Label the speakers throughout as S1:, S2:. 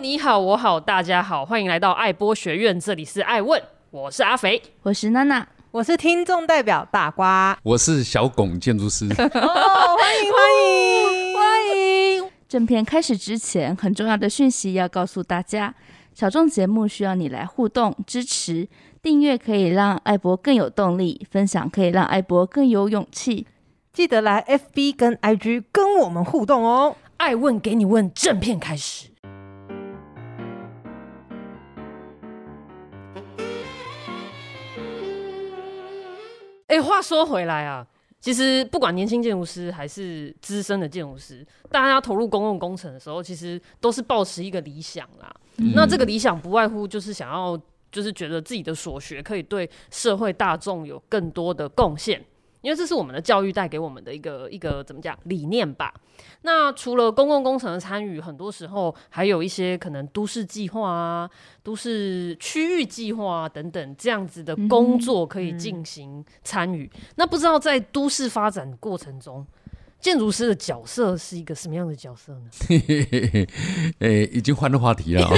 S1: 你好，我好，大家好，欢迎来到爱播学院，这里是爱问，我是阿肥。
S2: 我是娜娜，
S3: 我是听众代表大瓜，
S4: 我是小龚建筑师，
S3: 哦，欢迎欢迎欢迎！
S2: 正片开始之前，很重要的讯息要告诉大家：小众节目需要你来互动支持，订阅可以让艾博更有动力，分享可以让艾博更有勇气。
S3: 记得来 FB 跟 IG 跟我们互动哦。
S1: 爱问给你问，正片开始。哎、话说回来啊，其实不管年轻建筑师还是资深的建筑师，大家投入公共工程的时候，其实都是抱持一个理想啦。
S4: 嗯
S1: 那这个理想不外乎就是想要，就是觉得自己的所学可以对社会大众有更多的贡献，因为这是我们的教育带给我们的一个一个怎么讲理念吧。那除了公共工程的参与，很多时候还有一些可能都市计划啊、都市区域计划啊等等这样子的工作可以进行参与。那不知道在都市发展过程中，建筑师的角色是一个什么样的角色呢？
S4: 诶，已经换了 话题了、哦，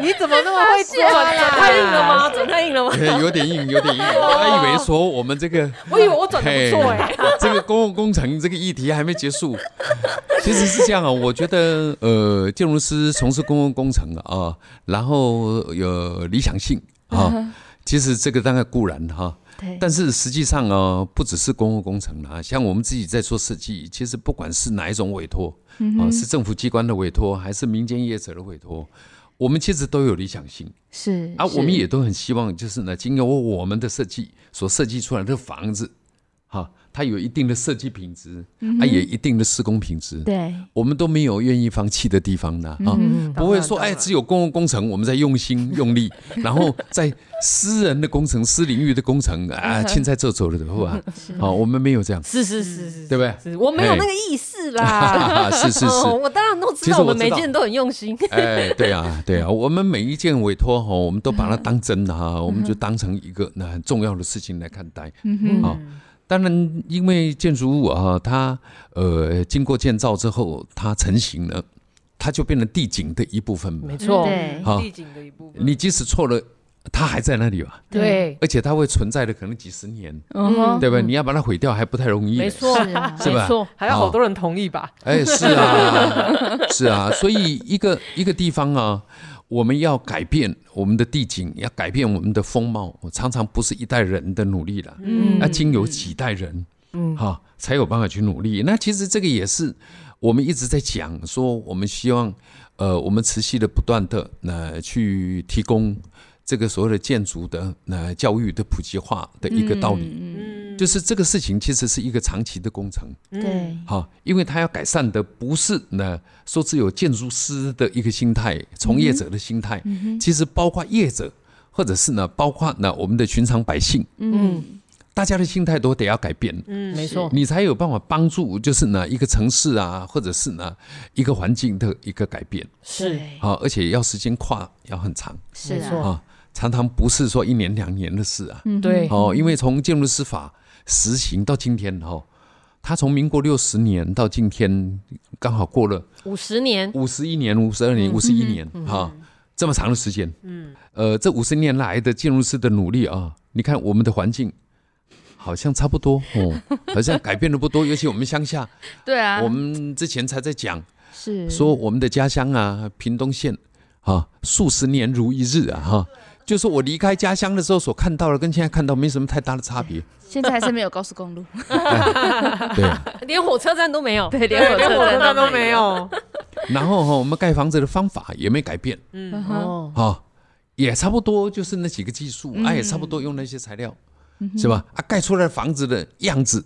S3: 你怎么那么会抓啦？
S1: 太硬了吗？转太硬了吗？
S4: 诶哎有点硬，有 点硬。我还以为说我们这个，
S1: 哎我以为我转的不错哎、
S4: 这个公共工程这个议题还没结束。其实是这样啊、我觉得呃，建筑师从事公共工程啊、然后有理想性
S1: 嗯
S4: 啊、其实这个当然固然哈、
S2: 对，
S4: 但是实际上哦，不只是公共工程啦，像我们自己在做设计，其实不管是哪一种委托，啊、是政府机关的委托，还是民间业者的委托，我们其实都有理想性
S2: 是
S4: 啊，
S2: 是
S4: 我们也都很希望，就是呢，经由我们的设计所设计出来的房子，哈、它有一定的设计品质，啊，也一定的施工品质，
S2: 对，
S4: 我们都没有愿意放弃的地方呢，啊。
S2: 嗯，
S4: 不会说，哎，只有公共工程我们在用心 用力，然后在私人的工程、私领域的工程啊，
S2: 嗯
S4: 现在这走了的 话，啊，我们没有这样，
S1: 是是是是，
S4: 对不对？
S1: 是我没有那个意识啦。
S4: 啊，是 是是
S1: 哦，，我当然都知
S4: 其
S1: 道，
S4: 实
S1: 我
S4: 我
S1: 们
S4: 知
S1: 每
S4: 道
S1: 件都很用心。
S4: 哎，对啊，对啊，我们每一件委托哈，我们都把它当真的哈，我们就当成一个那很重要的事情来看待。
S2: 嗯
S4: 好当然，因为建筑物啊，它呃经过建造之后，它成型了，它就变成地景的一部分嘛。
S1: 没
S2: 哼，
S1: 错，
S2: 对，嗯
S4: 好
S3: 地景的一部分，
S4: 你即使错了，它还在那里吧，
S1: 对，
S4: 而且它会存在的可能几十年，
S2: 嗯
S3: 哦
S2: 哼，
S4: 对吧？你要把它毁掉还不太容易。
S1: 没错，
S2: 是啊
S4: 是吧
S1: 没错，
S3: 还有好多人同意吧？
S4: 哎，是啊， 是啊，所以一个一个地方啊，我们要改变我们的地景，要改变我们的风貌，常常不是一代人的努力了，
S1: 嗯
S4: 要经由几代人，
S1: 嗯
S4: 哈、才有办法去努力。那其实这个也是我们一直在讲，说我们希望，呃，我们持续的不断的呃去提供这个所谓的建筑的呃教育的普及化的一个道理，
S2: 嗯，
S3: 嗯，
S4: 就是这个事情其实是一个长期的工程。
S2: 嗯对，
S4: 好，因为他要改善的不是呢，说只有建筑师的一个心态，从业者的心态，
S2: 嗯
S4: 其实包括业者，或者是呢，包括呢我们的寻常百姓，
S2: 嗯，
S4: 大家的心态都得要改变，
S3: 嗯
S1: 没错，
S4: 你才有办法帮助，就是呢一个城市啊，或者是呢一个环境的一个改变。
S1: 是
S2: 对
S4: 好，而且要时间跨要很长
S2: 是
S1: 没错
S2: 啊，
S4: 啊，常常不是说一年两年的事啊。
S2: 嗯哼
S1: 对
S4: 哦，因为从建筑师法实行到今天哦，它从民国六十年到今天，刚好过了
S1: 五十年，
S4: 五十一年、五十二年、五十一年哈、这么长的时间。嗯，呃，这五十年来的建筑师的努力啊，你看我们的环境。好像差不多哦，好像改变的不多，尤其我们乡下，
S2: 对啊，
S4: 我们之前才在讲
S2: 是
S4: 说我们的家乡啊，屏东县啊，数十年如一日啊，哈、就是我离开家乡的时候所看到的，跟现在看到没什么太大的差别。
S2: 现在还是没有高速公路，
S4: 对啊，
S1: 连火车站都没有，哦对，
S3: 连火车站都没。有，
S4: 然后哈、我们盖房子的方法也没改变
S2: 嗯哼
S1: 哦，
S4: 哈、也差不多就是那几个技术，
S2: 嗯
S4: 啊，也差不多用那些材料，是吧？啊，盖出来的房子的样子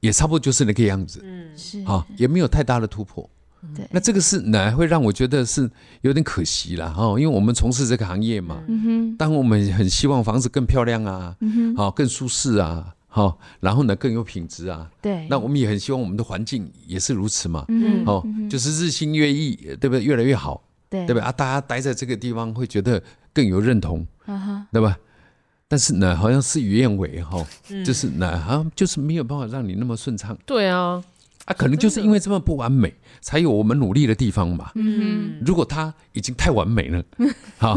S4: 也差不多就是那个样子，
S2: 是
S4: 哈、也没有太大的突破。
S2: 嗯对
S4: 那这个是呢，会让我觉得是有点可惜了哈、因为我们从事这个行业嘛，
S2: 嗯哼，
S4: 当我们很希望房子更漂亮啊，好、更舒适啊，好、然后呢更有品质啊，
S2: 对，
S4: 那我们也很希望我们的环境也是如此嘛，
S2: 嗯
S4: 哦，就是日新月异，对不对？越来越好，
S2: 对
S4: 对不对啊？大家待在这个地方会觉得更有认同，
S2: 啊哈，
S4: 对吧？但是哦呢，
S2: 嗯
S4: 好像事与愿违哈，就是呢，好像就是没有办法让你那么顺畅。
S1: 对啊，
S2: 哦
S4: 啊，可能就是因为这么不完美，才有我们努力的地方嘛。
S2: 嗯
S4: 如果它已经太完美 了，好，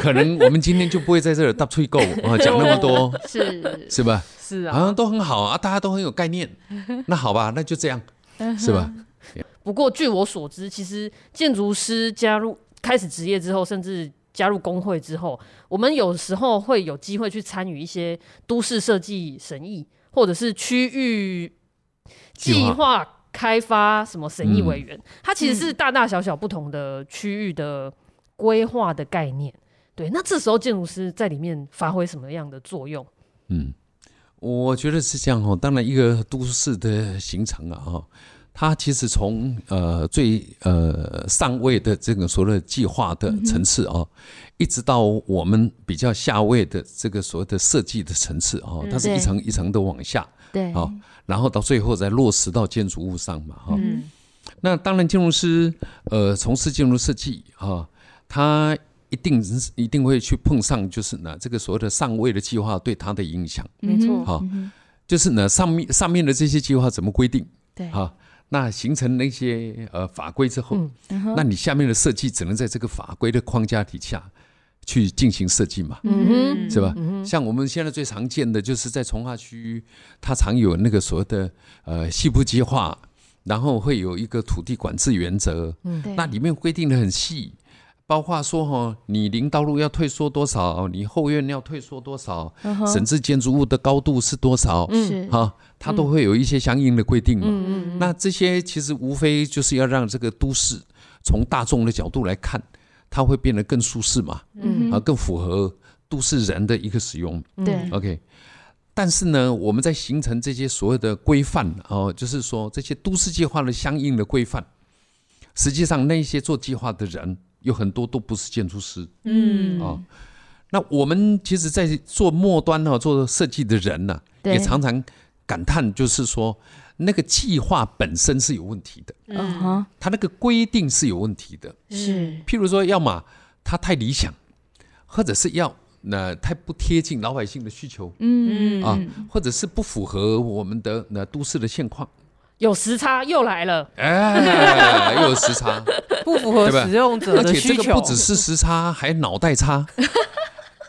S4: 可能我们今天就不会在这儿大吹够啊，讲那么 多，
S2: 哼，是，
S4: 是吧？
S1: 是啊，
S4: 好像都很好啊，大家都很有概 念。那好吧，那就这样，
S2: 嗯
S4: 是吧？
S1: 不过据我所知，其实建筑师加入开始职业之后，甚至加入工会之后，我们有时候会有机会去参与一些都市设计审议，或者是区域
S4: 计
S1: 计
S4: 划
S1: 划开发什么审议
S4: 嗯
S1: 委员，它其实是大大小小不同的区域的规划的概念。对，那这时候建筑师在里面发挥什么样的作用？
S4: 嗯，我觉得是这样哦。当然，一个都市的形成啊，哈，它其实从呃最呃上位的这个所谓的计划的层次啊，一直到我们比较下位的这个所谓的设计的层次啊，它是
S2: 对
S4: 一层一层的往下，
S2: 对，
S4: 好然后到最后再落实到建筑物上嘛，哈。
S1: 嗯
S4: 那当然，建筑师呃从事建筑设计哈、他一定一定会去碰上就是呢这个所谓的上位的计划对他的影响。
S1: 没错
S4: 好
S2: 嗯哼
S4: 就是呢，上面上面的这些计划怎么规定
S2: 对，
S4: 啊？那形成那些呃法规之后，
S1: 嗯
S2: 然后
S4: 那你下面的设计只能在这个法规的框架底下去进行设计嘛，
S1: 嗯
S4: 是吧？像我们现在最常见的就是在从化区，它常有那个所谓的呃西部计划，然后会有一个土地管制原则，
S2: 对
S4: 那里面规定的很细，包括说哈、哦，你零道路要退缩多少，你后院要退缩多少，
S2: 嗯哼嗯
S4: 甚至建筑物的高度是多少，
S2: 是
S4: 哈、它都会有一些相应的规定嘛。
S1: 嗯
S4: 那这些其实无非就是要让这个都市从大众的角度来看，它会变得更舒适嘛，
S2: 嗯
S4: 啊，更符合都市人的一个使用。
S1: 嗯
S2: 对
S4: OK，但是呢，我们在形成这些所有的规范哦，就是说这些都市计划的相应的规范，实际上那一些做计划的人有很多都不是建筑师。
S2: 嗯
S4: 哦那我们其实，在做末端哦，做设计的人呢、
S2: 对
S4: 也常常感叹，就是说那个计划本身是有问题的，
S2: 嗯哼
S4: 它那个规定是有问题的。
S2: 음.是
S4: 譬如说，要么它太理想，或者是要那太不贴近老百姓的需求。
S2: 嗯
S4: 啊，或者是不符合我们的那都市的现况，
S1: 有时差又来了，
S4: 哎，又有时差，
S3: 不符合
S4: 对吧
S3: 使用者
S4: 而
S3: 的
S4: 且
S3: 需
S4: 这个
S3: 求
S4: 不。只是时差，还脑袋差。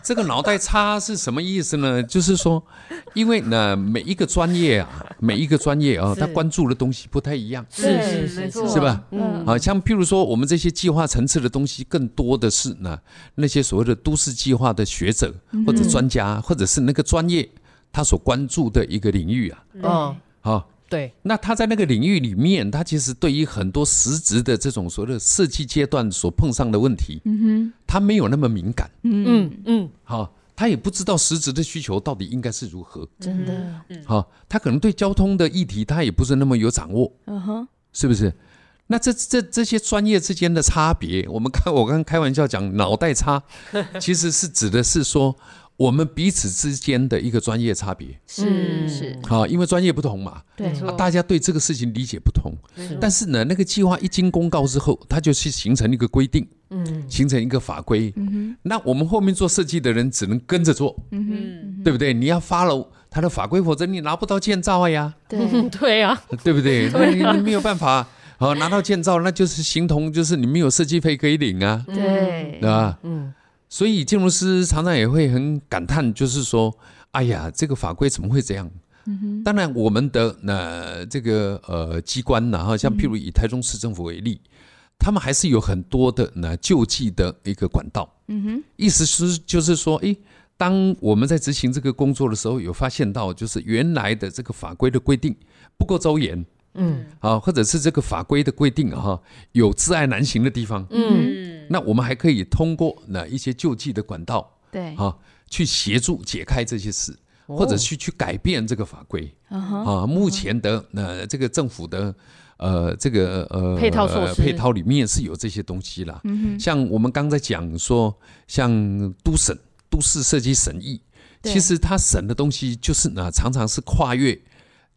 S4: 这个脑袋差是什么意思呢？就是说，因为呢，每一个专业啊，每一个专业啊，
S1: 是
S4: 他关注的东西不太一样，
S1: 是
S2: 对
S1: 是
S3: 没
S1: 是
S3: 错
S4: 是吧？
S1: 嗯
S4: 啊，像譬如说，我们这些计划层次的东西，更多的是呢，那些所谓的都市计划的学者或者专家，或者是那个专业他所关注的一个领域啊，
S1: 嗯，
S4: 好、
S1: 对，
S4: 那他在那个领域里面，他其实对于很多实质的这种所谓的设计阶段所碰上的问题，嗯哼，他没有那么敏感，
S1: 嗯嗯。
S4: 哈、他也不知道实质的需求到底应该是如何，
S2: 真的，
S4: 哈、他可能对交通的议题他也不是那么有掌握，
S2: 嗯哼，
S4: 是不是？那这这这些专业之间的差别，我们刚我刚开玩笑讲脑袋 差，其实是指的是说我们彼此之间的一个专业差别，
S2: 是是，
S4: 哈、因为专业不同嘛，
S2: 对
S1: 没，错
S4: 啊，大家对这个事情理解不同。但是呢，那个计划一经公告之后，它就去形成一个规定，
S1: 嗯，
S4: 形成一个法规。嗯、那我们后面做设计的人只能跟着做，
S2: 嗯
S4: 对不对？你要 follow 它的法规，否则你拿不到建造啊呀，
S2: 哼，对，
S1: 对啊，
S4: 对不对？那你你没有办法。好，拿到建造，那就是形同就是你没有设计费可以领啊，
S2: 네.对
S4: 对，吧？
S1: 嗯，
S4: 所以建筑师常常也会很感叹，就是说，哎呀，这个法规怎么会这样？
S1: 嗯
S4: 当然，我们的呃这个呃机关呢，哈，像譬如以台中市政府为例，他们还是有很多的那救济的一个管道。
S2: 嗯哼，
S4: 意思是就是说，诶，当我们在执行这个工作的时候，有发现到就是原来的这个法规的规定不够周严，
S1: 嗯
S4: 啊，或者是这个法规的规定哈、有自爱难行的地方，
S1: 嗯
S4: 那我们还可以通过那一些救济的管道
S2: 对，
S4: 啊，去协助解开这些事，
S1: 哦
S4: 或者去去改变这个法规
S2: 嗯哼，
S4: 啊。目前的呃这个政府的呃这个呃
S1: 配套措施嗯
S4: 配套里面是有这些东西啦。像我们刚才讲说，像都审都市设计审议，
S2: 对
S4: 其实它审的东西就是呢，常常是跨越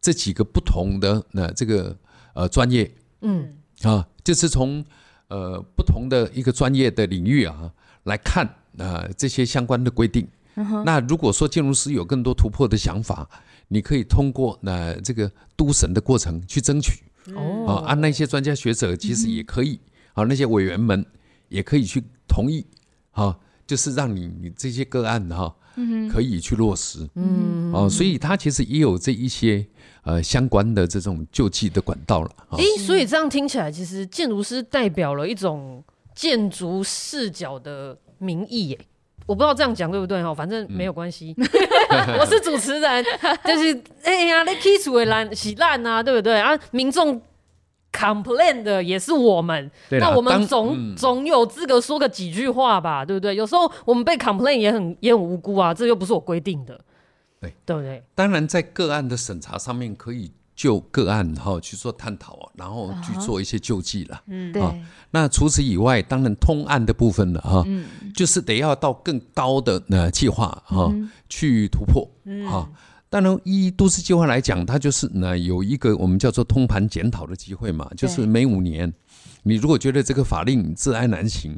S4: 这几个不同的呃这个呃专业
S1: 嗯
S4: 啊，就是从呃不同的一个专业的领域啊来看啊、呃这些相关的规定。
S1: 嗯
S4: 那如果说建筑师有更多突破的想法，你可以通过那、呃这个督审的过程去争取，
S1: 哦
S4: 啊、啊，那些专家学者其实也可
S1: 嗯
S4: 以，啊，那些委员们也可以去同意，啊，就是让你你这些个案哈、
S1: 嗯
S4: 可以去落实，嗯，哦，所以它其实也有这一些呃相关的这种救济的管道了，啊、
S1: 诶，所以这样听起来，其实建筑师代表了一种建筑视角的民意耶。我不知道这样讲对不对哈，反正没有关系。
S4: 嗯
S1: 我是主持人，就是哎呀，那基础的烂洗烂啊，对不对啊？民众 complain 的也是我们，
S4: 对啦
S1: 那我们
S4: 当嗯
S1: 总、总有资格说个几句话吧，对不对？有时候我们被 complain 也很也很无辜啊，这又不是我规定的，
S4: 对
S1: 对不对？
S4: 当然，在个案的审查上面，可以就个案哈、去做探讨啊，然后去做一些救济啦。
S2: 对，
S4: 啊那除此以外，当然通案的部分了哈、就是得要到更高的呃计划哈、去突破啊。当然，依都市计划来讲，它就是呢有一个我们叫做通盘检讨的机会嘛，就是每五年，你如果觉得这个法令自爱难行，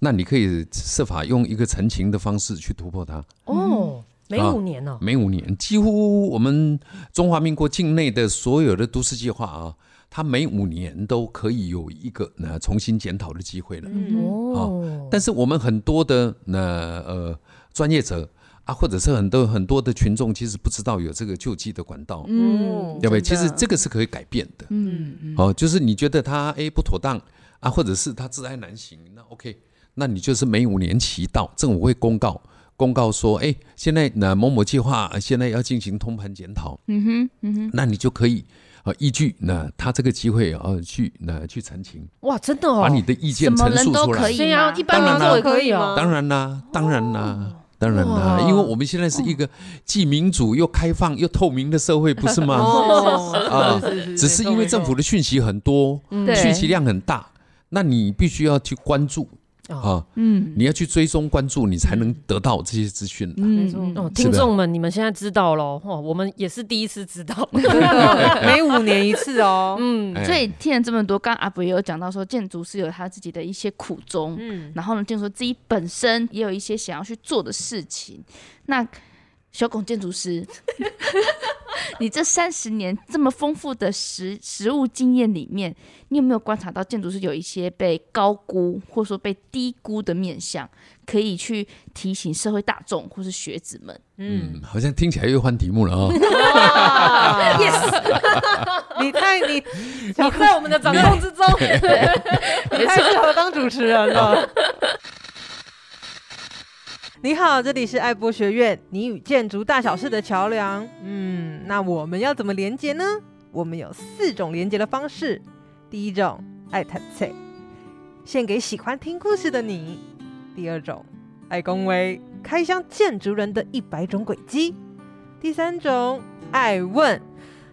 S4: 那你可以设法用一个陈情的方式去突破它。
S1: 哦，每
S4: 啊
S1: 五年呢、
S4: 每五年，几乎我们中华民国境内的所有的都市计划啊，它每五年都可以有一个呃重新检讨的机会了。
S1: 哦，
S4: 嗯但是我们很多的呃呃专业者啊，或者是很多很多的群众，其实不知道有这个救济的管道，
S2: 嗯，
S4: 对不对？其
S2: 真的
S4: 实这个是可以改变的。
S2: 嗯嗯
S4: 哦，就是你觉得他哎不妥当啊，或者是他自爱难行，那 OK，那你就是每五年期到，政府会公告公告说，哎，现在呢某某计划呃现在要进行通盘检讨，嗯
S2: 음.
S4: 哼，嗯哼，那你就可以呃依据那他这个机会呃去那去澄清，
S1: 哇，真的哦，
S4: 把你的意见
S2: 什么
S4: 陈
S2: 人
S4: 述
S2: 都
S4: 出
S2: 可
S4: 来
S2: 以。哦
S1: 对啊，
S2: 吗
S1: 一般
S4: 当
S1: 民
S4: 然
S1: 众
S4: 啦
S1: 也可以
S3: 吗
S1: 啊，
S4: 当然啦，当然啦。当然啦，
S1: 哇
S4: 因为我们现在是一个既民主又开放又透明的社会，不是吗？啊
S3: 哦，是是是
S4: 只是因为政府的讯息很多，
S2: 对
S4: 讯息量很大，那你必须要去关注啊，嗯，你要去追踪关注，你才能得到这些资讯。啊
S2: 嗯
S3: 错
S2: 嗯
S1: 哦，
S4: 是的
S1: 听众们，你们现在知道喽，哦，我们也是第一次知 道。
S3: 真的每五年一次哦。
S1: 嗯，
S4: 哎
S2: 所以听了这么多，刚刚阿伯也有讲到说，建筑师有他自己的一些苦衷，嗯，然后呢，建筑师自己本身也有一些想要去做的事情。那小孔建筑师， 你这三十年这么丰富的实实务经验里面，你有没有观察到建筑师有一些被高估或者说被低估的面向，可以去提醒社会大众或是学子们？
S4: 嗯，好像听起来又换题目了啊。
S3: 你太你
S1: 你在我们的掌控 之中。
S3: 你太适合当主持人了。 你好，这里是爱博学院，你与建筑大小事的桥梁。嗯，那我们要怎么连接呢？我们有四种连接的方式。第一种，爱谈菜，献给喜欢听故事的你；第二种，爱恭维，开箱建筑人的一百种轨迹；第三种，爱问，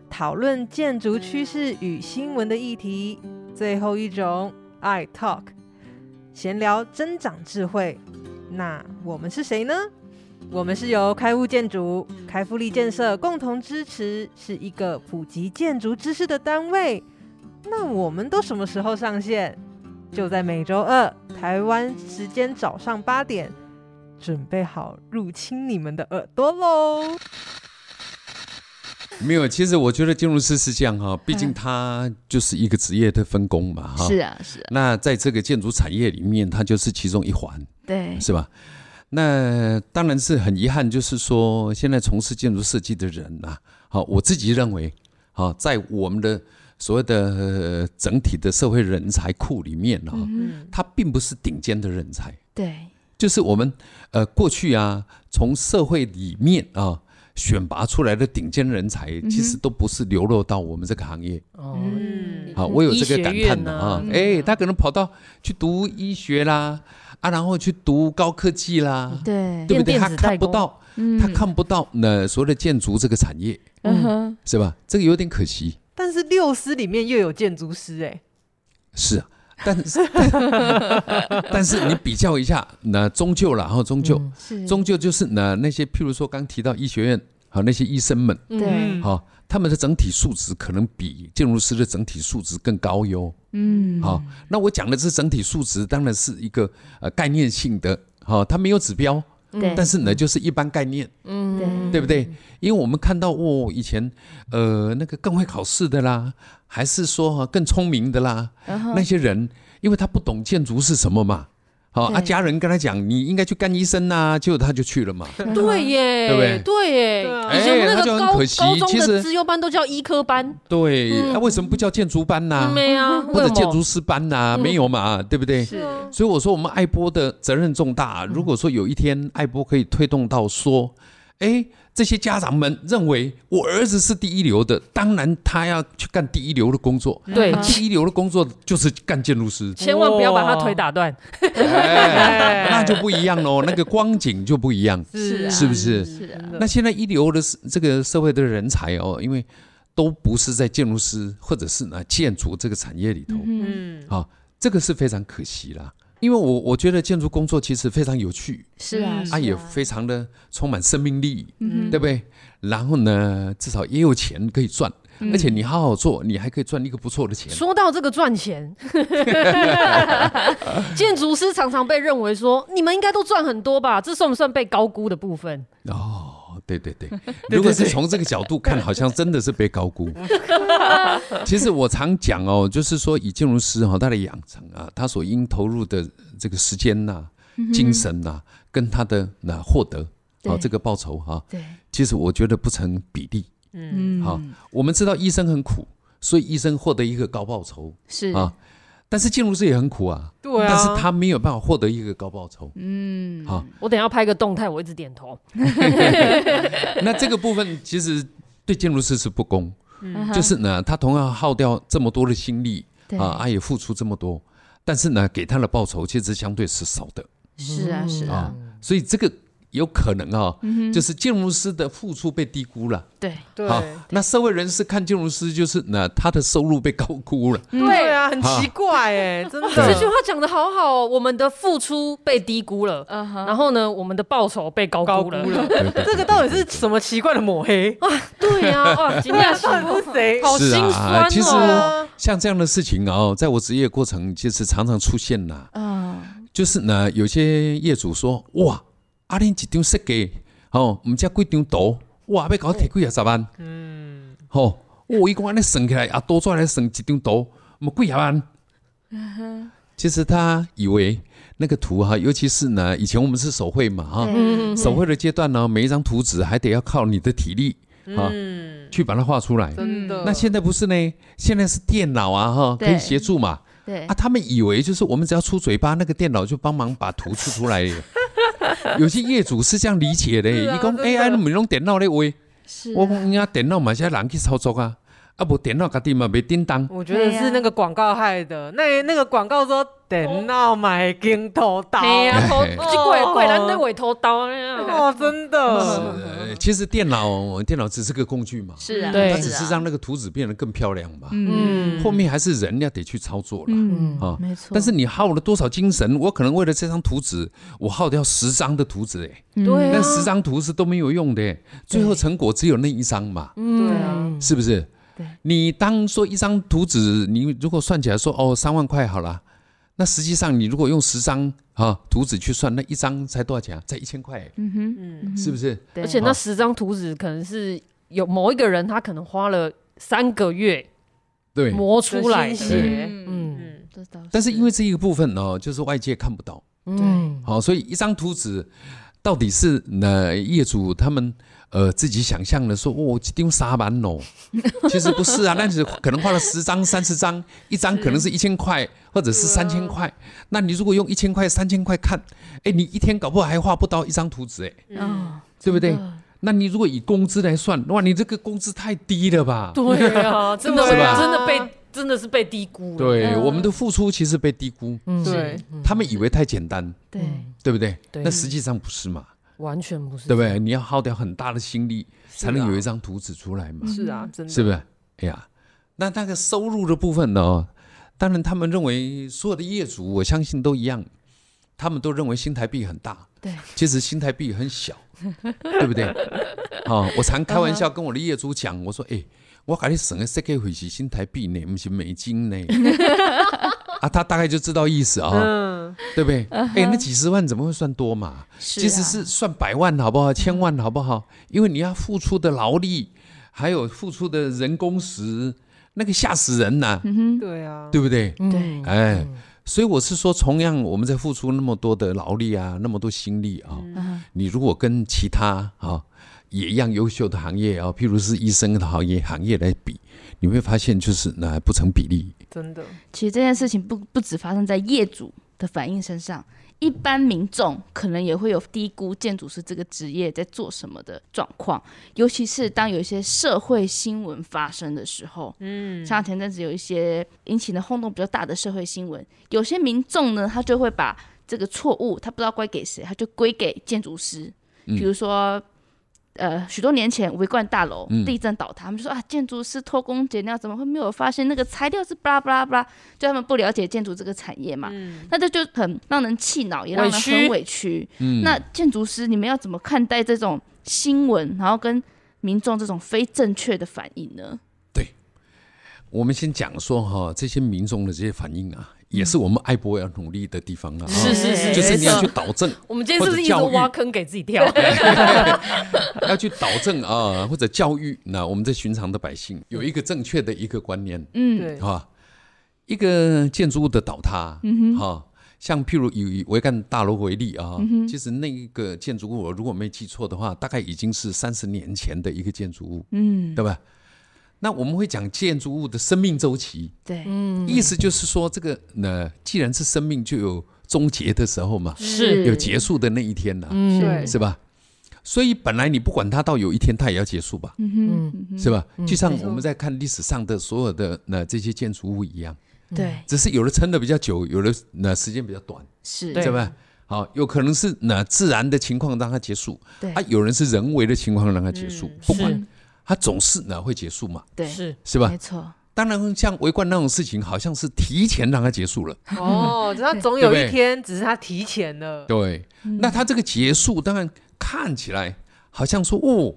S3: 讨论建筑趋势与新闻的议题；最后一种，I Talk，闲聊增长智慧。那我们是谁呢？我们是由开物建筑、开富力建设共同支持，是一个普及建筑知识的单位。那我们都什么时候上线？就在每周二台湾时间早上八点，准备好入侵你们的耳朵喽！
S4: 没有，其实我觉得建筑师是这样哈，毕竟他就是一个职业的分工嘛哈。
S2: 是。啊，是啊，
S4: 那在这个建筑产业里面，它就是其中一环。
S1: 嗯
S2: 对，
S4: 是吧？那当然是很遗憾，就是说现在从事建筑设计的人啊，好，我自己认为，啊，在我们的所谓的、呃整体的社会人才库里面啊，
S1: 嗯
S4: 他并不是顶尖的人才，
S2: 嗯对，
S4: 就是我们呃过去啊，从社会里面啊选拔出来的顶尖人才，
S1: 嗯
S4: 其实都不是流落到我们这个行业。
S1: 哦，
S2: 嗯
S4: 好，我有这个感
S1: 医学
S4: 叹
S1: 院
S4: 的
S1: 啊
S4: 啊，哎、他可能跑到去读医学啦，啊，然后去读高科技
S1: 嗯
S4: 啦，
S2: 对，
S4: 对不对？
S1: 电
S4: 他
S1: 子代
S4: 看不
S1: 工嗯
S4: 到，他看不到那所谓的建筑这个产业，
S2: 嗯哼。
S4: 是吧？这个有点可惜，
S3: 但是六师里面又有建筑师哎、
S4: 是啊。但是， 但是你比较一下，那终究了，哈，终究，
S1: 嗯
S2: 是
S4: 终究就是那那些，譬如说刚提到医学院，好那些医生们，
S1: 嗯
S2: 对，
S4: 好、他们的整体素质可能比建筑师的整体素质更高哟。
S2: 嗯，
S4: 好、那我讲的这整体素质，当然是一个呃概念性的，好、它没有指标，
S2: 嗯对，嗯
S4: 但是呢，就是一般概念。
S2: 对，
S4: 对
S1: 嗯
S4: 不对？因为我们看到哦，以前呃那个更会考试的啦，还是说、啊、更聪明的啦，
S1: 嗯
S4: 那些人，因为他不懂建筑是什么嘛，好、啊，
S2: 对
S4: 家人跟他讲你应该去干医生呐、结果他就去 了嘛。
S1: 对耶，
S4: 对不对
S1: 耶，
S3: 对啊
S1: 以前我们那
S4: 哎那就
S1: 个
S4: 很
S1: 高
S4: 可惜
S1: 高中
S4: 其实
S1: 的资优班都叫医科班，
S4: 对，那、为什么不叫建筑班呐、
S1: 嗯没啊，
S4: 哎或者
S1: 为什
S4: 建
S1: 么嗯
S4: 筑师班呐、没有嘛，对不对？
S3: 是啊
S4: 所以我说，我们爱播的责任重
S2: 嗯
S4: 大。如果说有一天爱播可以推动到说，哎，这些家长们认为我儿子是第一流的，当然他要去干第一流的工作。
S1: 对，
S2: 嗯，
S4: 第一流的工作就是干建 筑师
S1: 千万不要把他腿打断。
S4: 哎，那就不一样喽，那个光景就不一样。
S2: 是啊
S4: 是不是
S2: 是啊
S3: 真的
S4: 那现在一流的是这个社会的人才哦，因为都不是在建筑师或者是呢建筑这个产业里头，
S2: 嗯，
S3: 嗯，
S4: 这个是非常可惜啦。因为我我觉得建筑工作其实非常有趣，
S2: 是啊，
S3: 嗯
S2: 是
S4: 啊，也非常的充满生命力，
S2: 嗯
S4: 对不对？然后呢，至少也有钱可以赚，而且你好好做，你还可以赚一个不错的钱。
S1: 嗯说到这个赚钱， 建筑师常常被认为说，你们应该都赚很多吧？这算不算被高估的部分？
S4: 哦，对对对，如果是从这个角度看，好像真的是被高估。其实我常讲哦，就是说以建筑师哈、他的养成啊，他所应投入的这个时间呐、精神呐、跟他的那获得。哦
S2: 对，
S4: 这个报酬哈、
S2: 对，
S4: 其实我觉得不成比例。
S2: 嗯，
S4: 好我们知道医生很苦，所以医生获得一个高报酬，
S2: 是
S4: 啊但是建筑师也很苦啊，
S3: 对啊，
S4: 但是他没有办法获得一个高报酬。
S2: 嗯，
S4: 好
S1: 我等一下拍个动态，我一直点头。
S4: 那这个部分其实对建筑师是不公，
S2: 嗯哼
S4: 就是呢，他同样耗掉这么多的心力
S2: 对
S4: 啊，他也付出这么多，但是呢，给他的报酬其实相对是少的
S2: 是啊是
S4: 啊
S2: 啊，，
S4: 所以这个有可能啊，就是建筑师的付出被低估了。
S2: 嗯对，
S3: 对
S4: 好，那社会人士看建筑师就是呢，他的收入被高估了。
S3: 对啊，很
S4: 好
S3: 奇怪哎， 真的，
S4: 嗯
S1: 这句话讲的好好哦，我们的付出被低估了，
S2: 嗯哼，
S1: 然后呢，我们的报酬被高
S3: 高
S1: 估
S3: 估
S1: 了。，
S3: 了
S4: 对对
S3: 这个到底是什么奇怪的抹 黑？
S1: 对呀， 哇，今
S3: 对啊
S1: 天，
S3: 到底是谁？
S1: 好
S4: 是
S1: 心酸
S4: 啊，
S1: 哦
S4: 其实
S3: 啊
S4: 像这样的事情哦，在我职业过程其实常常出现啦。
S1: 嗯
S2: 啊，
S4: 就是呢，有些业主说，哇，阿玲一张设计，吼、哦，唔知几张图，哇，要搞摕几啊十万，嗯，吼、哦，我伊讲安尼算起来，啊，多出来算一张图，唔几啊万。
S1: 嗯
S4: 其实他以为那个图哈，尤其是呢，以前我们是手绘嘛哈，
S2: 嗯
S4: 手绘的阶段呢，每一张图纸还得要靠你的体力啊、
S3: 嗯，
S4: 去把它画出来。
S3: 真的，
S4: 那现在不是呢？现在是电脑啊哈，可
S2: 呃对
S4: 以协助嘛。
S2: 对
S4: 啊，，他们以为就是我们只要出嘴巴，那个电脑就帮忙把图出出 来了。有些业主是这样理解的，
S3: 是啊
S4: 伊讲
S3: 真的
S4: 哎，啊，你用电脑咧画，
S2: 是啊
S4: 我讲人电脑嘛，现在人去操作啊，啊，无电脑家己嘛袂叮当。
S3: 我觉得是那个广告害的，那那个广告说等到买镜头刀，
S1: 哎呀，头
S4: 嘿
S1: 就贵贵人那尾头刀啊那样。
S3: 哦，真
S2: 嗯
S3: 的，
S4: 呃，其实电脑嗯电脑只是个工具嘛，
S2: 是啊，
S1: 对
S4: 它
S2: 啊
S4: 只是让那个图纸变得更漂亮嘛，
S2: 嗯
S4: 后面还是人要得去操作了。
S2: 嗯
S4: 啊
S2: 没错，
S4: 但是你耗了多少精神？我可能为了这张图纸，我耗掉十张的图纸，哎，
S2: 嗯
S1: 对啊
S4: 那十张图是都没有用的，哎最后成果只有那一张嘛。
S3: 对
S1: 嗯，
S3: 啊，
S4: 是不是？
S2: 对
S4: 你当说一张图纸，你如果算起来说哦三万块好了，那实际上你如果用十张啊图纸去算，那一张才多少钱啊？才一千块，
S2: 嗯哼，
S3: 嗯，
S4: 是不是？
S2: 对
S1: 而且那十张图纸可能是有某一个人，他可能花了三个月
S4: 对。
S1: 磨出来
S3: 这
S1: 的。
S3: 心血，
S2: 嗯，
S1: 嗯
S3: 嗯，
S2: 这倒
S4: 但是因为这一个部分哦，就是外界看不到，
S1: 嗯，
S4: 好、所以一张图纸到底是呃业主他们呃自己想象的说哦丢沙板哦，其实不是啊，那是可能画了十张、三十张，一张可能是一千块或者是三千块，那你如果用一千块、三千块看，哎，你一天搞不好还画不到一张图纸，哎，
S2: 嗯，
S4: 对不对
S2: 真？的
S4: 那你如果以工资来算，哇，你这个工资太低了吧？
S1: 对啊，真的
S4: 是吧
S1: 真的被真的是被低估了。，
S4: 对，
S2: 嗯
S4: 我们的付出其实被低估，
S1: 嗯
S3: 对，
S4: 他们以为太简单，
S2: 对，
S4: 对不对？
S1: 对
S4: 那实际上不是嘛。
S1: 完全不是，啊
S4: 对不对？你要耗掉很大的心力，才能有一
S3: 张，
S4: 张图纸出来
S1: 嗯
S4: 嘛，
S3: 是啊，真的，
S4: 是不是？哎呀，那那个收入的部分呢、哦？当然，他们认为所有的业主，我相信都一样，他们都认为新台币很大，
S2: 对，
S4: 其实新台 币哦
S1: 嗯
S4: 很小，对不对？啊、我常开玩笑跟我的业主讲，我说，哎，我给你省个 C K 回是新台币呢，不是美金 呢。啊，他大概就知道意思啊、
S1: 嗯，
S4: 对不对？哎、那几十万怎么会算多嘛？
S2: 是
S4: 其实
S2: 啊
S4: 是算百万好不好？千万好不好？因为你要付出的劳力，还有付出的人工时，那个吓死人呐、
S1: 嗯
S3: 对啊，
S4: 对不对？
S1: 对
S4: 哎，所以我是说，同样我们在付出那么多的劳力啊，那么多心力啊，
S1: 嗯
S4: 你如果跟其他啊也一样优秀的行业啊，譬如是医生的行业行业来比，你会发现就是那不成比例。
S3: 真的，
S2: 其实这件事情不不只发生在业主的反应身上，一般民众可能也会有低估建筑师这个职业在做什么的状况，尤其是当有一些社会新闻发生的时候，嗯，像前阵子有一些引起的轰动比较大的社会新闻，有些民众呢，他就会把这个错误，他不知道归给谁，他就归给建筑师，
S1: 嗯
S2: 比如说。呃，许多年前维冠大楼地震倒塌，他们就说啊，建筑师偷工减料，怎么会没有发现那个材料是巴拉巴拉巴拉？就他们不了解建筑这个产业嘛，那这就很让人气恼，也让
S1: 嗯
S2: 人
S1: 委屈嗯
S2: 很委屈。那建筑师，你们要怎么看待这种新闻，然后跟民众这种非正确的反应呢？
S4: 我们先讲说哈，这些民众的这些反应啊，也是我们爱博要努力的地方啊。
S1: 嗯是
S4: 啊
S1: 是是，
S4: 就是
S1: 没
S4: 你要
S1: 错
S4: 去导正，
S1: 我们今天是不是一直挖坑给自己 跳？
S4: 要去导正啊，或者教育那我们这寻常的百姓有一个正确的一个观念。
S2: 嗯，
S3: 对，
S4: 啊，一个建筑物的倒塌，嗯哈、像譬如以以维干大楼为例啊，其实那一个建筑物，我如果没记错的话，大概已经是三十年前的一个建筑物，嗯，对吧？那我们会讲建筑物的生命周期，
S2: 对，
S4: 意思就是说，这个呢，既然是生命，就有终结的时候嘛，
S1: 是
S4: 有结束的那一天呐、
S1: 嗯
S3: 对
S4: 是吧？所以本来你不管它到有一天它也要结束吧，
S1: 嗯
S4: 是吧？就像
S3: 没错
S4: 我们在看历史上的所有的那这些建筑物一样。
S2: 对，
S4: 只是有的撑的比较久，有的那时间比较短，
S2: 是，
S1: 对
S4: 对吧？好，有可能是那自然的情况让它结束，
S2: 对嗯
S4: 啊，有人是人为的情况让它结束，不管
S1: 是
S4: 它总是呢会结束嘛，
S2: 对，
S1: 是
S4: 是吧
S2: 没？错，
S4: 当然，像围观那种事情，好像是提前让它结束了，
S3: 哦，只要总有
S4: 对不
S3: 一
S4: 对
S3: 天，只是他提前了，
S4: 对。那它这个结束，当然看起来好像说哦，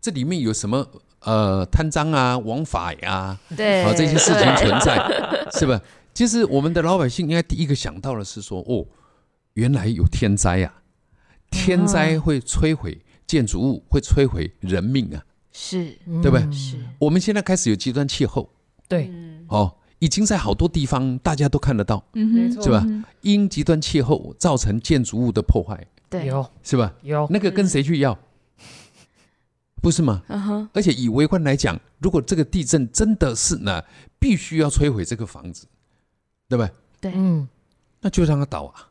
S4: 这里面有什么呃贪赃啊、枉法呀、
S2: 对，
S4: 好这些事情
S2: 对
S4: 存在，是吧？其实我们的老百姓应该第一个想到的是说，哦，原来有天灾啊，天灾会摧毁建筑物，会摧毁人命啊，
S2: 是
S1: 嗯
S4: 对不对？
S2: 是，
S4: 我们现在开始有极端气候，
S1: 对，
S4: 哦，已经在好多地方大家都看得到，
S3: 没
S2: 嗯哼，
S3: 错，
S4: 是吧？因极端气候造成建筑物的破坏，
S2: 对，
S1: 有
S4: 是吧？
S1: 有
S4: 那个跟谁去要？不是吗？
S2: 嗯哼，
S4: 而且以围观来讲，如果这个地震真的是呢，必须要摧毁这个房子，对不对？
S2: 对，
S1: 嗯
S4: 那就让它倒啊。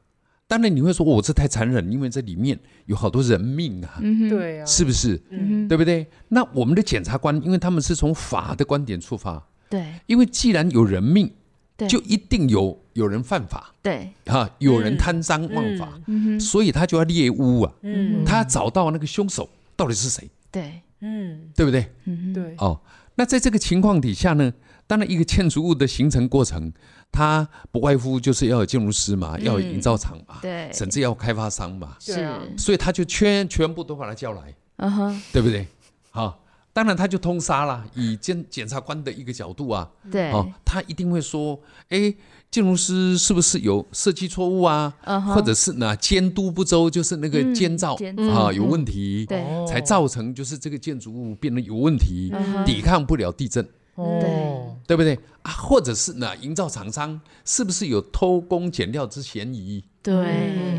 S4: 当然你会说，哦我、这太残忍，因为这里面有好多人命啊，
S2: 嗯哼，
S3: 对啊，
S4: 是不是？
S2: 嗯哼，
S4: 对不对？那我们的检察官，因为他们是从法的观点出发，
S2: 对，
S4: 因为既然有人命
S2: 对，
S4: 就一定有有人犯法
S2: 对，
S4: 啊，有人贪赃枉法，
S2: 嗯哼，
S4: 所以他就要猎巫啊，
S3: 嗯
S4: 他要找到那个凶手到底是谁，
S2: 对，
S3: 嗯，
S4: 对不对？
S2: 嗯哼，
S3: 对，
S4: 哦，那在这个情况底下呢，当然一个建筑物的形成过程，它不外乎就是要有建筑师嘛，要有营造厂嘛，
S2: 嗯对，嗯
S4: 甚至要有开发商嘛，
S3: 对啊
S2: 是，
S4: 所以他就全全部都把他叫来，
S2: 嗯哼，
S4: 对不对？好、当然他就通杀啦。以检检察官的一个角度啊，
S2: 对，
S4: 哦，他一定会说，哎，建筑师是不是有设计错误啊？
S2: 嗯哼，
S4: 或者是呢，监督不周，就是那个
S2: 嗯
S4: 监造、
S2: 监
S4: 啊
S1: 嗯
S4: 有问题，
S2: 对，
S4: 才造成就是这个建筑物变得有问题，
S2: 嗯哼
S4: 抵抗不了地震。
S1: 哦，
S4: 对不对啊？或者是呢，营造厂商是不是有偷工减料之嫌疑，
S2: 对，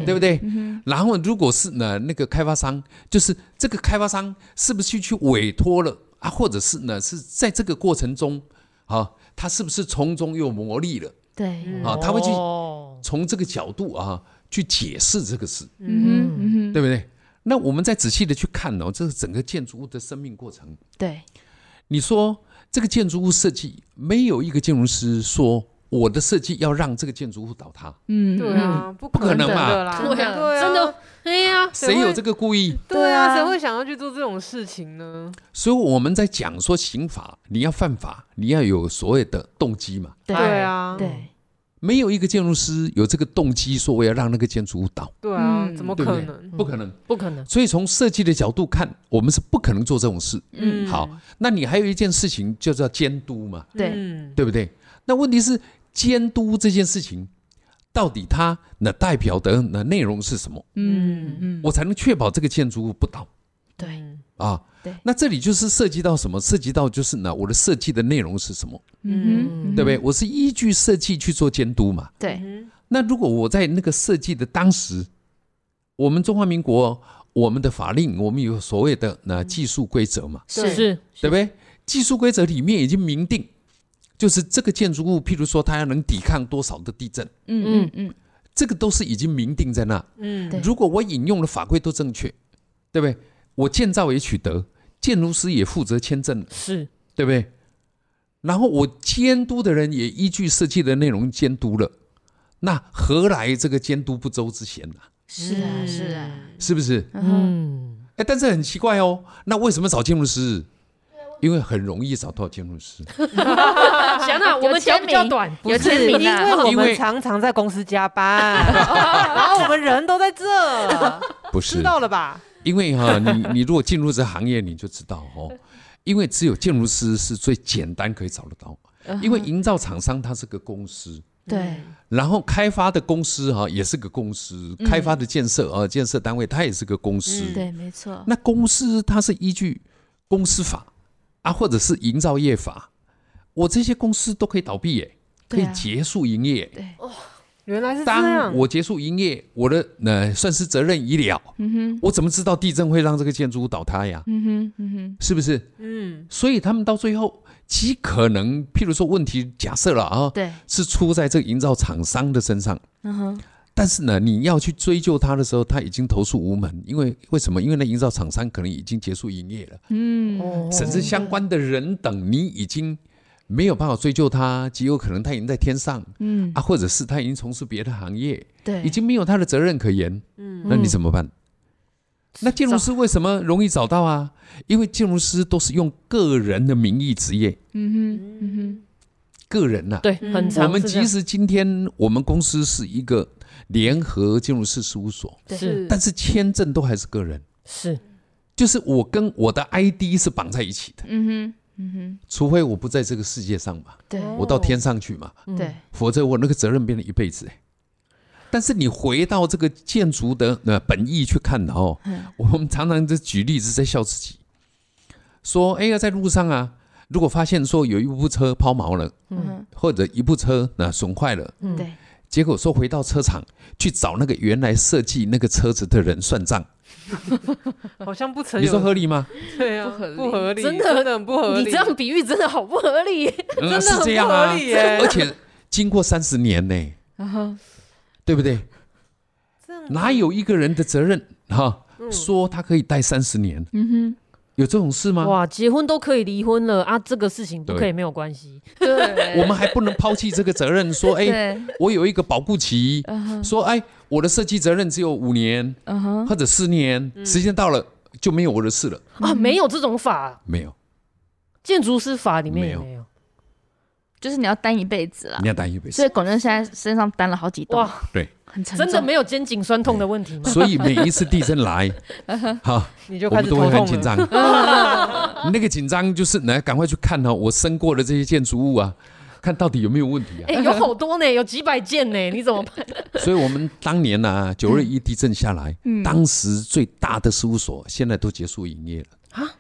S4: 对不对？然后如果是呢，那个开发商，就是这个开发商是不是去委托了啊？或者是呢，是在这个过程中啊，他是不是从中又磨砺了
S2: 对，
S4: 啊？他会去
S1: 哦
S4: 从这个角度啊去解释这个事，
S2: 嗯哼，嗯哼，
S4: 对不对？那我们再仔细的去看哦，这是整个建筑物的生命过程。
S2: 对，
S4: 你说这个建筑物设计，没有一个建筑师说我的设计要让这个建筑物倒塌，
S2: 嗯，
S3: 对啊，不
S4: 不可能
S3: 的
S4: 嘛
S3: 啦，
S2: 真的
S3: 对啊，
S1: 真的，哎呀，
S4: 谁有这个故意？
S3: 对
S2: 对啊
S3: 啊，谁会想要去做这种事情呢？
S4: 所以我们在讲说刑法，你要犯法，你要有所谓的动机嘛。
S2: 对
S3: 对啊，
S2: 对，
S4: 没有一个建筑师有这个动机说我要让那个建筑物倒，
S3: 对啊，
S2: 嗯
S3: 怎么
S4: 对
S3: 可
S4: 对
S3: 能？
S4: 不可能。
S1: 不可能。
S4: 所以从设计的角度看，我们是不可能做这种事。
S2: 嗯，
S4: 好，那你还有一件事情就叫监督嘛，
S2: 对，
S3: 嗯
S4: 对不对？那问题是监督这件事情，到底它那代表的那内容是什么？
S2: 嗯嗯，
S4: 我才能确保这个建筑物不倒
S2: 对，
S4: 啊
S2: 对？
S4: 那这里就是涉及到什么？涉及到就是呢，我的设计的内容是什么，
S2: 嗯，
S4: 对不对？我是依据设计去做监督嘛。
S2: 对，
S3: 嗯
S4: 那如果我在那个设计的当时，我们中华民国我们的法令，我们有所谓的
S2: 嗯
S4: 那技术规则嘛，
S1: 是是，
S4: 对不对？技术规则里面已经明定，就是这个建筑物，譬如说它要能抵抗多少的地震，
S2: 嗯嗯嗯，
S4: 这个都是已经明定在那。
S3: 嗯
S2: 对
S4: 如果我引用的法规都正确，对不对？我建造也取得，建筑师也负责签证了，
S1: 是
S4: 对不对？然后我监督的人也依据设计的内容监督了，那何来这个监督不周之嫌呢、
S2: 是啊是啊，
S4: 是不是？
S2: 嗯，
S1: 嗯，
S4: 哎，但是很奇怪哦，那为什么找建筑师？因为很容易找到建 筑师。
S1: 想啊，我
S2: 有
S1: 们
S2: 签
S1: 脚比较
S2: 名
S1: 短，
S2: 有
S3: 是
S2: 签
S3: 因
S2: 名啊
S3: 为，我
S4: 因
S3: 们
S4: 为
S3: 常常在公司加班，然后我们人都在这，
S4: 不
S3: 知
S4: 是，
S3: 道了吧？
S4: 因为哈、你你如果进入这行业，你就知道哦，因为只有建筑师是最简单可以找得到，
S3: 嗯
S4: 因为营造厂商它是个公司，
S2: 对，
S4: 然后开发的公司哈、也是个公司，开发的建设啊、呃建设单位它也是个公司，
S2: 嗯对，没错，
S4: 嗯那公司它是依据公司法啊，或者是营造业法，我这些公司都可以倒闭耶，可
S2: 对
S4: 以
S2: 啊
S4: 结束营业。
S3: 原来是这样
S4: 当，我结束营业，我的呃算是责任已了。我怎么知道地震会让这个建筑物倒塌呀？嗯哼，嗯哼，是不是？
S3: 嗯，
S4: 所以他们到最后极可能，譬如说问题假设了啊，
S2: 对，
S4: 是出在这个营造厂商的身上。
S2: 嗯哼，
S4: 但是呢，你要去追究他的时候，他已经投诉无门，因为为什么？因为那营造厂商可能已经结束营业了，
S2: 嗯，
S1: 哦
S4: 甚至相关的人等，你已经没有办法追究他，极有可能他已经在天上，
S2: 嗯，
S4: 啊，或者是他已经从事别的行业，
S2: 对，
S4: 已经没有他的责任可言，
S3: 嗯
S4: 那你怎么办？那建筑
S1: 找
S4: 师为什么容易找到啊？因为建筑师都是用个人的名义职业，
S2: 嗯哼，嗯
S4: 个人啊呐、
S1: 对，
S3: 嗯
S1: 很长。
S4: 我们即使今天我们公司是一个联合建筑师事务所，
S2: 对
S1: 是
S4: 但是签证都还是个人，
S1: 是
S4: 就是我跟我的 ID 是绑在一起的
S2: 哼，，嗯哼，嗯
S4: 除非我不在这个世界上嘛，
S2: 哼，对
S4: 我到天上去嘛，
S2: 对，
S4: 否则我那个责任变了一辈子、欸。但是你回到这个建筑的呃本意去看的哦，我们常常就举例子在笑自己，说哎呀，在路上啊，如果发现说有一部车抛锚了，
S2: 嗯哼，
S4: 或者一部车那、呃损坏了，
S2: 对，
S4: 结果说回到车厂去找那个原来设计那个车子的人算账，
S3: 好像不曾
S4: 你
S3: 有
S4: 说合理 吗？嗯
S3: 对啊，
S2: 不合理
S3: 不合理，
S1: 真的
S3: 的很不合理，
S1: 你这样比喻真的好不合理，
S4: 嗯
S3: 真的
S4: 是
S3: 很
S4: 这样
S3: 不合
S4: 啊，
S3: 理耶啊
S4: 而且经过三十年呢、
S2: 然后
S4: 对不对？
S3: 这样
S4: 哪有一个人的责任哈、
S3: 嗯
S4: 说他可以待三十年？嗯哼，有这种事吗？
S1: 哇，结婚都可以离婚了啊，这个事情不可以
S4: 对
S1: 没有关系，
S2: 对，
S4: 我们还不能抛弃这个责 任，说哎，
S2: 对，
S4: 我有一个保固期，
S3: 啊
S4: 说哎，我的设计责任只有五年
S2: 嗯哼，
S4: 或者四年，
S3: 嗯
S4: 时间到了就没有我的事了，
S1: 啊，没有这种法，
S4: 没有，
S1: 建筑师法里面也
S4: 没
S1: 没有。
S2: 就是你要担一辈子啦
S4: 你。要担一辈
S2: 所以
S4: 子。
S2: 广正现在身上担了好几栋
S1: 哇，，
S4: 对，
S2: 很沉重，
S1: 真的没有肩颈酸痛的问题吗？
S4: 所以每一次地震来， 哈，
S3: 你就
S4: 我
S3: 开
S4: 们
S3: 始
S4: 都
S3: 头
S4: 会
S3: 痛
S4: 很
S3: 了，
S4: 紧 张。那个紧张就是来赶快去看哦，我升过的这些建筑物啊，看到底有没有问 题啊？
S1: 哎、有好多呢，有几百件呢，你怎么办？
S4: 所以我们当年呢、啊，九二一地震下来，
S3: 嗯
S4: 当时最大的事务所现在都结束营业了啊，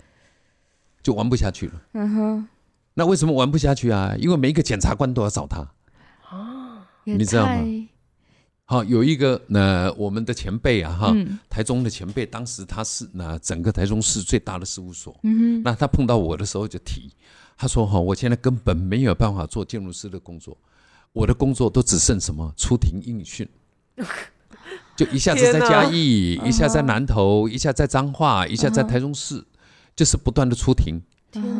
S4: 就玩不下去了。嗯哼，那为什么玩不下去啊？因为每一个检察官都要找他。
S2: 也
S4: 你知道吗
S2: 太？
S4: 好，有一个呃，我们的前辈啊，哈，
S2: 嗯
S4: 台中的前辈，当时他是那整个台中市最大的事务所。
S2: 嗯哼，
S4: 那他碰到我的时候就提，他说哈、我现在根本没有办法做建筑师的工作，我的工作都只剩什么出庭应 讯，就一下子在嘉义，一下在南
S2: 嗯
S4: 投，一下在彰化，一下在台中市，就是不断的出庭，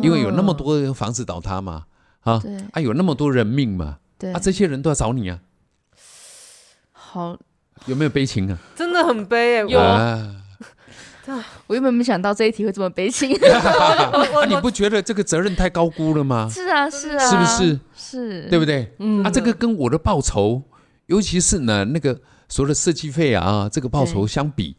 S4: 因为有那么多房子倒塌嘛，啊
S2: 对
S4: 啊有那么多人命嘛，
S2: 嗯对
S4: 啊，这些人都要找你啊，
S2: 好
S4: 有没有悲情啊？
S3: 真的很悲哎，
S1: 有
S3: 我
S4: 啊
S2: 我原本没想到这一题会这么悲情。
S4: 啊，你不觉得这个责任太高估了吗？
S2: 是啊，是啊，
S4: 是不？是？
S2: 是，
S4: 对不对？
S1: 嗯
S4: 啊，这个跟我的报酬，尤其是呢那个所谓的设计费啊，这个报酬
S2: 对
S4: 相比，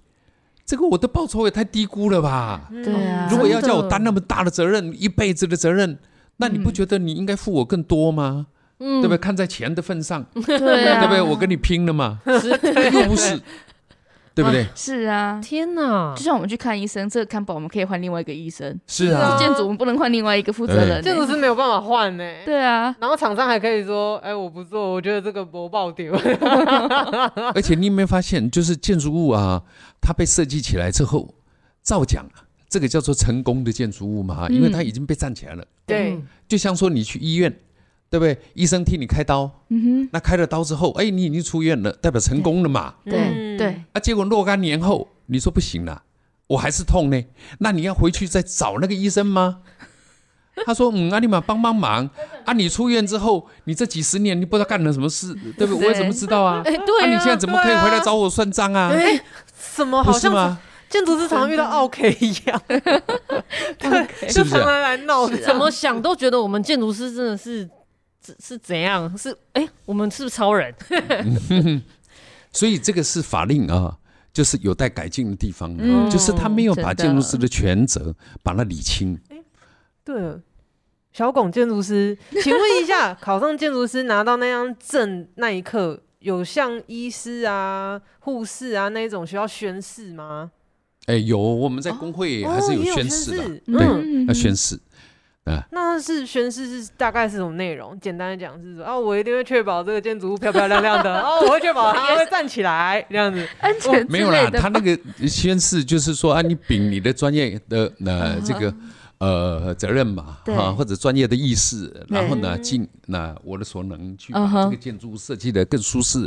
S4: 这个我的报酬也太低估了吧？
S2: 对啊。
S4: 嗯如果要叫我
S1: 真的
S4: 担那么大的责任，一辈子的责任，那你不
S2: 嗯
S4: 觉得你应该付我更多吗？
S1: 嗯，
S4: 对不对？看在钱的份上，
S2: 对啊，
S4: 对不对？我跟你拼了嘛，又 不是，对不对？
S2: 是啊，
S1: 天哪
S2: 就！像我们去看医生，这个看保我们可以换另外一个医生，
S4: 是
S3: 是啊
S4: 啊，
S2: 建筑我们不能换另外一个负责人欸。
S3: 建筑师没有办法换呢、。
S2: 对啊，
S3: 然后厂商还可以说：“哎、我不做，我觉得这个不爆丢。
S4: 而且你有没有发现，就是建筑物啊，它被设计起来之后，照讲这个叫做成功的建筑物嘛，因为它已经被站起来了。”
S3: 对，
S2: 嗯
S4: 就像说你去医院，对不对？医生替你开刀，
S2: 嗯
S4: 那开了刀之后，哎，你已经出院了，代表成功了嘛？
S2: 哼，对
S3: 嗯
S2: 对，
S4: 啊，结果若干年后，你说不行了，我还是痛呢，那你要回去再找那个医生吗？他说：“嗯，阿丽玛帮帮忙啊！你出院之后，你这几十年你不知道干了什么事，对不对？我也怎么知道啊？
S1: 哎，对
S4: 啊，
S1: 啊，
S4: 你现在怎么可以
S3: 对啊
S4: 回来找我算账啊？
S3: 哎、什么
S4: 不
S3: 好
S4: 是
S3: 像
S4: 吗？
S3: 建筑师常遇到 OK 一样，对，
S4: 是啊
S3: 就
S4: 不是
S3: 常常来闹
S4: 啊
S3: 的。
S1: 怎么想都觉得我们建筑师真的是是是怎样？是哎，我们是不是超人？
S4: 所以这个是法令啊，就是有待改进的地方啊、
S2: 嗯
S4: 就是他没有把
S2: 真的
S4: 建筑师的权责把它理清。
S3: 对，小龚建筑师，请问一下，考上建筑师拿到那张证那一刻，有像医师啊、护士啊那一种需要宣誓吗？
S4: 哎，有我们在工会还是
S3: 哦也有
S4: 宣誓的，啊
S3: 誓，
S4: 对
S3: 嗯，
S4: 要宣誓。
S3: 那是宣誓是大概是什么内容？简单的讲是说啊，我一定会确保这个建筑物漂漂亮亮的，哦，我会确 保它会站起来这样子。
S2: 安全
S4: 没有啦，他那个宣誓就是说啊，你秉你的专业的呃这个呃责任嘛，
S2: 对
S4: 啊或者专业的意识，
S2: 对
S4: 然后呢尽那我的所能去
S2: 嗯
S4: 把
S2: 哼
S4: 这个建筑物设计的更舒适，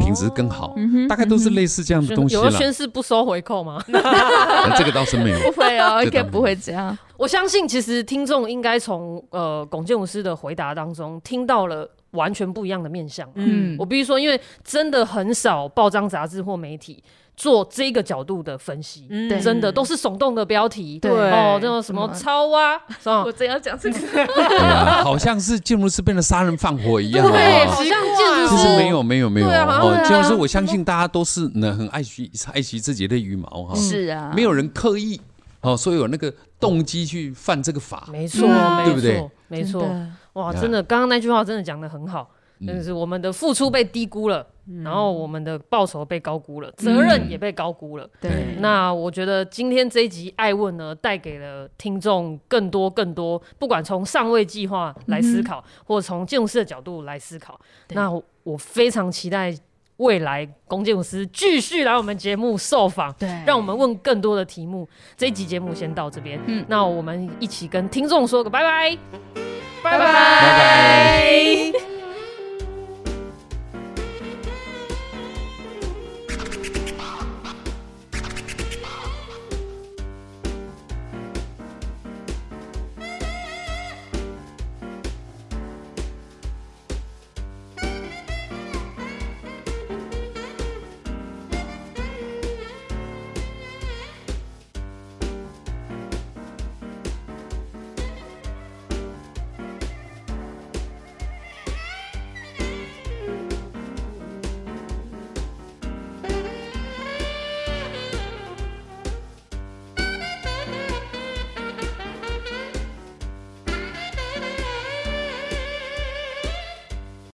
S4: 品质更好
S2: 嗯
S3: 哦，
S4: 大概都是类似这样的东西
S1: 有要
S4: 啦。
S1: 宣誓不收回扣吗？
S4: 啊这个倒是没有，
S2: 不会哦，应
S4: 这
S2: 该
S4: 倒没
S2: 不会 这样。
S1: 我相信，其实听众应该从呃龚建武师的回答当中听到了完全不一样的面向。
S2: 嗯，
S1: 我必须说，因为真的很少报章、杂志或媒体做这个角度的分析，
S2: 对
S1: 真的都是耸动的标题，
S2: 对
S1: 哦，这种什
S2: 什
S1: 么
S2: 么
S1: 超啊，什 么
S2: 我真要讲这个，
S4: 对啊 好像是建筑师变成杀人放火一样
S1: 对，
S4: 啊。
S1: 好像建
S4: 其
S1: 筑
S4: 实
S1: 师
S4: 没有没有没有
S1: 对啊好像
S4: 哦
S1: 对，啊
S4: 建筑师我相信大家都是呢很爱惜爱惜自己的羽毛哈，
S2: 是啊，
S4: 没有人刻意哦，说有那个动机去犯这个法。
S1: 没错，
S2: 嗯
S4: 对
S1: 没
S4: 不对
S1: 错，没
S2: 真
S1: 错，
S2: 的
S1: 哇，
S4: 啊
S1: 真的，刚刚那句话真的讲的很好，
S4: 嗯
S1: 真的是我们的付出被低估了，
S2: 嗯
S1: 然后我们的报酬被高估了，责任也被高估了。
S2: 对。
S1: 那我觉得今天这一集爱问呢，带给了听众更多更多，不管从上位计划来思考，或者从建筑师的角度来思考。
S2: 嗯对
S1: 那我我非常期待未来龚建筑师继续来我们节目受访，
S2: 对，
S1: 让我们问更多的题目。这一集节目先到这边，
S2: 嗯
S1: 那我们一起跟听众说个拜拜，
S3: 拜拜
S4: 拜
S3: 拜。